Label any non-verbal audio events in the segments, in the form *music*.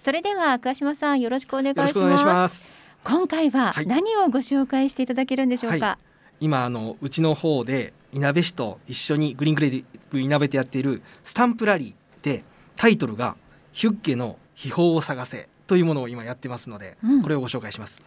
それでは桑島さんよろしくお願いしますよろしくお願いします今回ははい何をご紹介していただけるんでしょうか、は今あのうちの方でいなべ市と一緒にグリーンクレディックいなべてやっているスタンプラリーでタイトルが「ヒュッケの秘宝を探せ」というものを今やってますので、うんこれをご紹介します。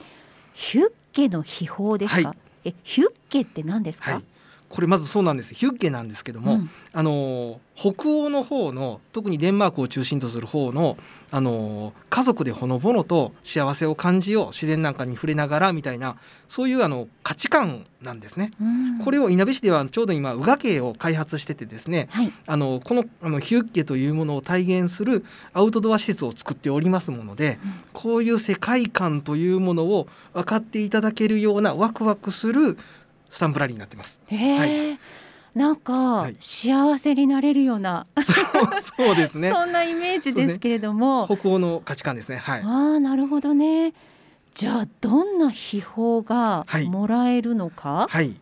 ヒュッケの秘宝ですか、はいえヒュッケって何ですか、はい、これまずそうなんですヒュッケなんですけども、うんあのー北欧の方の特にデンマークを中心とする方のあのー家族でほのぼのと幸せを感じよう自然なんかに触れながらみたいなそういうあの価値観なんですね。うんこれをいなべ市ではちょうど今宇賀家を開発しててですねはいあのこのあのヒュッケというものを体現するアウトドア施設を作っておりますもので、うんこういう世界観というものを分かっていただけるようなワクワクするスタンプラリーになっ *laughs* てます。へえなんかはい幸せになれるような、そうそうです *laughs* ね。そんなイメージですけれども、北欧の価値観ですね。はい。ああなるほどねじゃあどんな秘宝がはいもらえるのか、はい。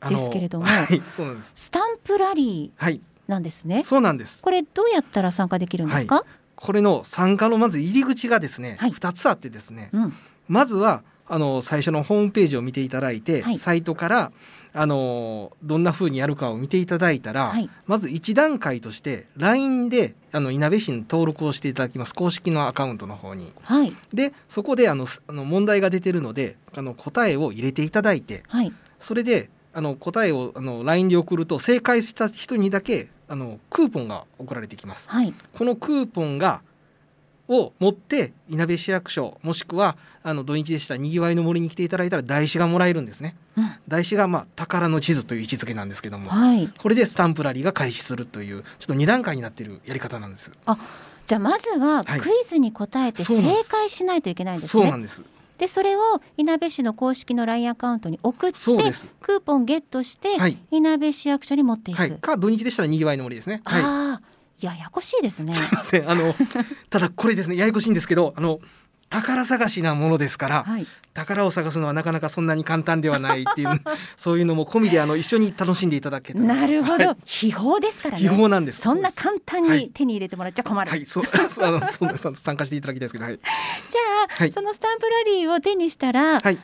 あですけれどもはい、そうなんです。スタンプラリはい、ーなんですねそうなんです。これどうやったら参加できるんですか、これの参加のまず入り口がですね、はい2つあってですね、うんまずはあの最初のホームページを見ていただいて、はいサイトからあのどんな風にやるかを見ていただいたら、はいまず1段階として LINE であのいなべ市に登録をしていただきます公式のアカウントの方にはいでそこであのすあの問題が出てるのであの答えを入れていただいてはいそれであの答えをあの LINE で送ると正解した人にだけあのクーポンが送られてきます。はいこのクーポンがを持っていなべ市役所もしくはあの土日でしたにぎわいの森に来ていただいたら台紙がもらえるんですねうん台紙がまあ宝の地図という位置づけなんですけどもはいこれでスタンプラリーが開始するというちょっと2段階になっているやり方なんですじゃあまずははいクイズに答えてそうなんで正す解しないといけないんですそうね、なんですでそれをいなべ市の公式の LINE アカウントに送ってそうですクーポンゲットして、、はいい、なべ市役所に持っていく、はい、か土日でしたらにぎわいの森ですねはいああややこしいです *laughs* ねすいませんあのただこれですねややこしいんですけどあの宝探しなものですからはい宝を探すのはなかなかそんなに簡単ではない *laughs* っていうそういうのも込みであの一緒に楽しんでいただけたらなるほはいど、秘宝ですから違法ね。なんです。そんな簡単はにい手に入れてもらっちゃ困る。はい、そう、 *laughs* そうあの、そうなんです参加していただきたいですけど、はい、じゃあ、はいそのスタンプラリーを手にしたら、はい、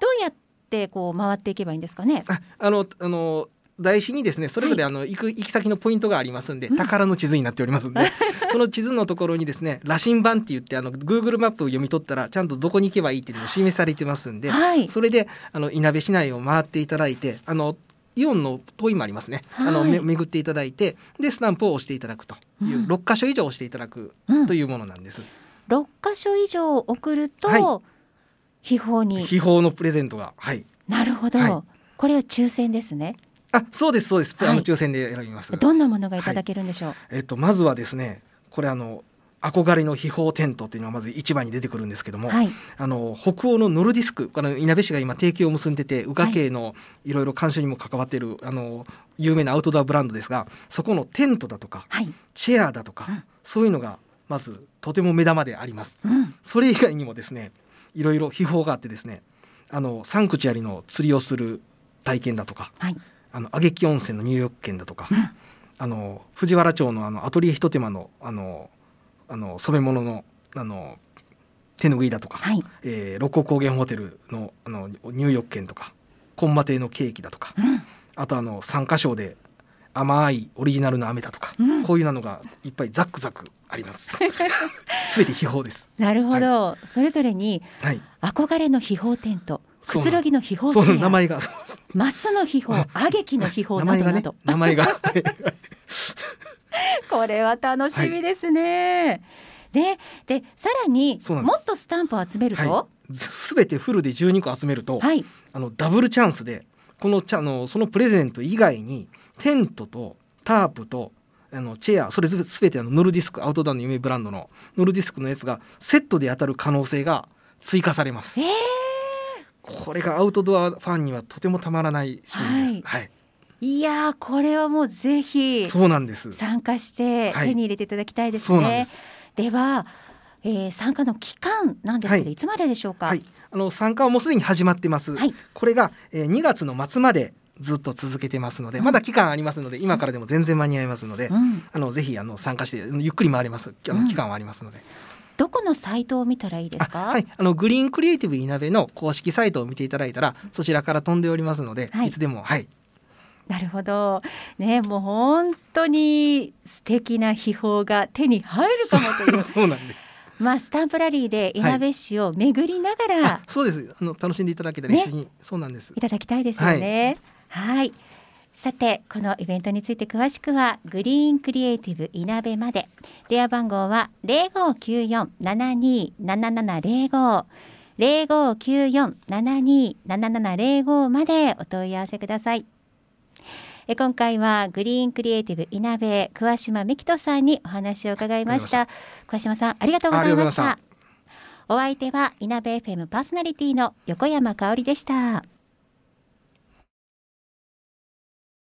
どうやってこう回っていけばいいんですかね。あ、あの、あの。台紙にですねそれぞれあの行く行き先のポイントがありますんでうん宝の地図になっておりますんで *laughs* その地図のところにですね羅針盤って言ってあの Google マップを読み取ったらちゃんとどこに行けばいいっていうのも示されてますんではい。それであのいなべ市内を回っていただいてあのイオンの遠いもありますね、あのはいめ巡っていただいてでスタンプを押していただくという、うん6箇所以上押していただくうんというものなんです。六箇所以上送ると、は秘宝に。秘宝のプレゼントが、はい、なるほど。はいこれは抽選ですね。あ、そうですそうです。はいあの抽選で選びます。どんなものがいただけるんでしょう。えっとまずはですね、これあの憧れの秘宝テントっていうのがまず一番に出てくるんですけども、はい。あの北欧のノルディスク、あのいなべ市が今提携を結んでて、宇賀系のいろいろ監修にも関わっているあの有名なアウトドアブランドですが、そこのテントだとかはい。チェアだとか、うんそういうのがまずとても目玉であります。うん。それ以外にもですね、いろいろ秘宝があってですね、あのサンクチュアリの釣りをする体験だとか。はい。あの上木温泉の入浴券だとか、うんあの藤原町のあのアトリエひと手間のあのあの染め物のあの手ぬぐいだとか、はい。えー六甲高原ホテルのあの入浴券とか本間亭のケーキだとかうん。あとあの三箇所で甘いオリジナルの飴だとか、うんこういうのがいっぱいザクザクあり *laughs* ます。すべて秘宝です。なるほど。それぞれにはい。憧れの秘宝テント、くそうつなのろぎの秘宝そうチそェうア名前がそうですマスの秘宝、アゲキの秘宝名な前どがなねど、名前が *laughs* これは楽しみですね。で、でさらにそうなんですもっとスタンプを集めると、ははい。すべてフルで12個集めると、い、あのダブルチャンスでこのチャあのそのプレゼント以外にテントとタープとあのチェアそれすべてあのノルディスクアウトドアの有名ブランドのノルディスクのやつがセットで当たる可能性が追加されますえーこれがアウトドアファンにはとてもたまらない趣味です、はいいやーこれはもうぜひそうなんです参加してはい手に入れていただきたいですそね。うなんですでは、えー参加の期間なんですけど、、はいいつまででしょうか。はい、あの参加はもうすでに始まってます、はいこれが、えー2月の末までずっと続けてますのでまだ期間ありますので今からでも全然間に合いますので、うんあのぜひあの参加してゆっくり回れますあうんの期間はありますので、どこのサイトを見たらいいですあか。はい、あのグリーンクリエイティブいなべの公式サイトを見ていただいたらそちらから飛んでおりますので、はいい、つで *laughs* も、はい、なるほど。ね、もう本当に素敵な秘宝が手に入るかもという。そうなんですまあ、スタンプラリーでいなべ市を巡りながらあそうですあの楽しんでいただけたらね一緒に、そうなんですいただきたいですよね。はい。さてこのイベントについて詳しくはグリーンクリエイティブいなべまで電話番号は0594-727705 0594-727705までお問い合わせくださいえ今回はグリーンクリエイティブいなべ桑島美希人さんにお話を伺いました桑島さんありがとうございましたありがとうございお相手はいなべ FM パーソナリティの横山香織でした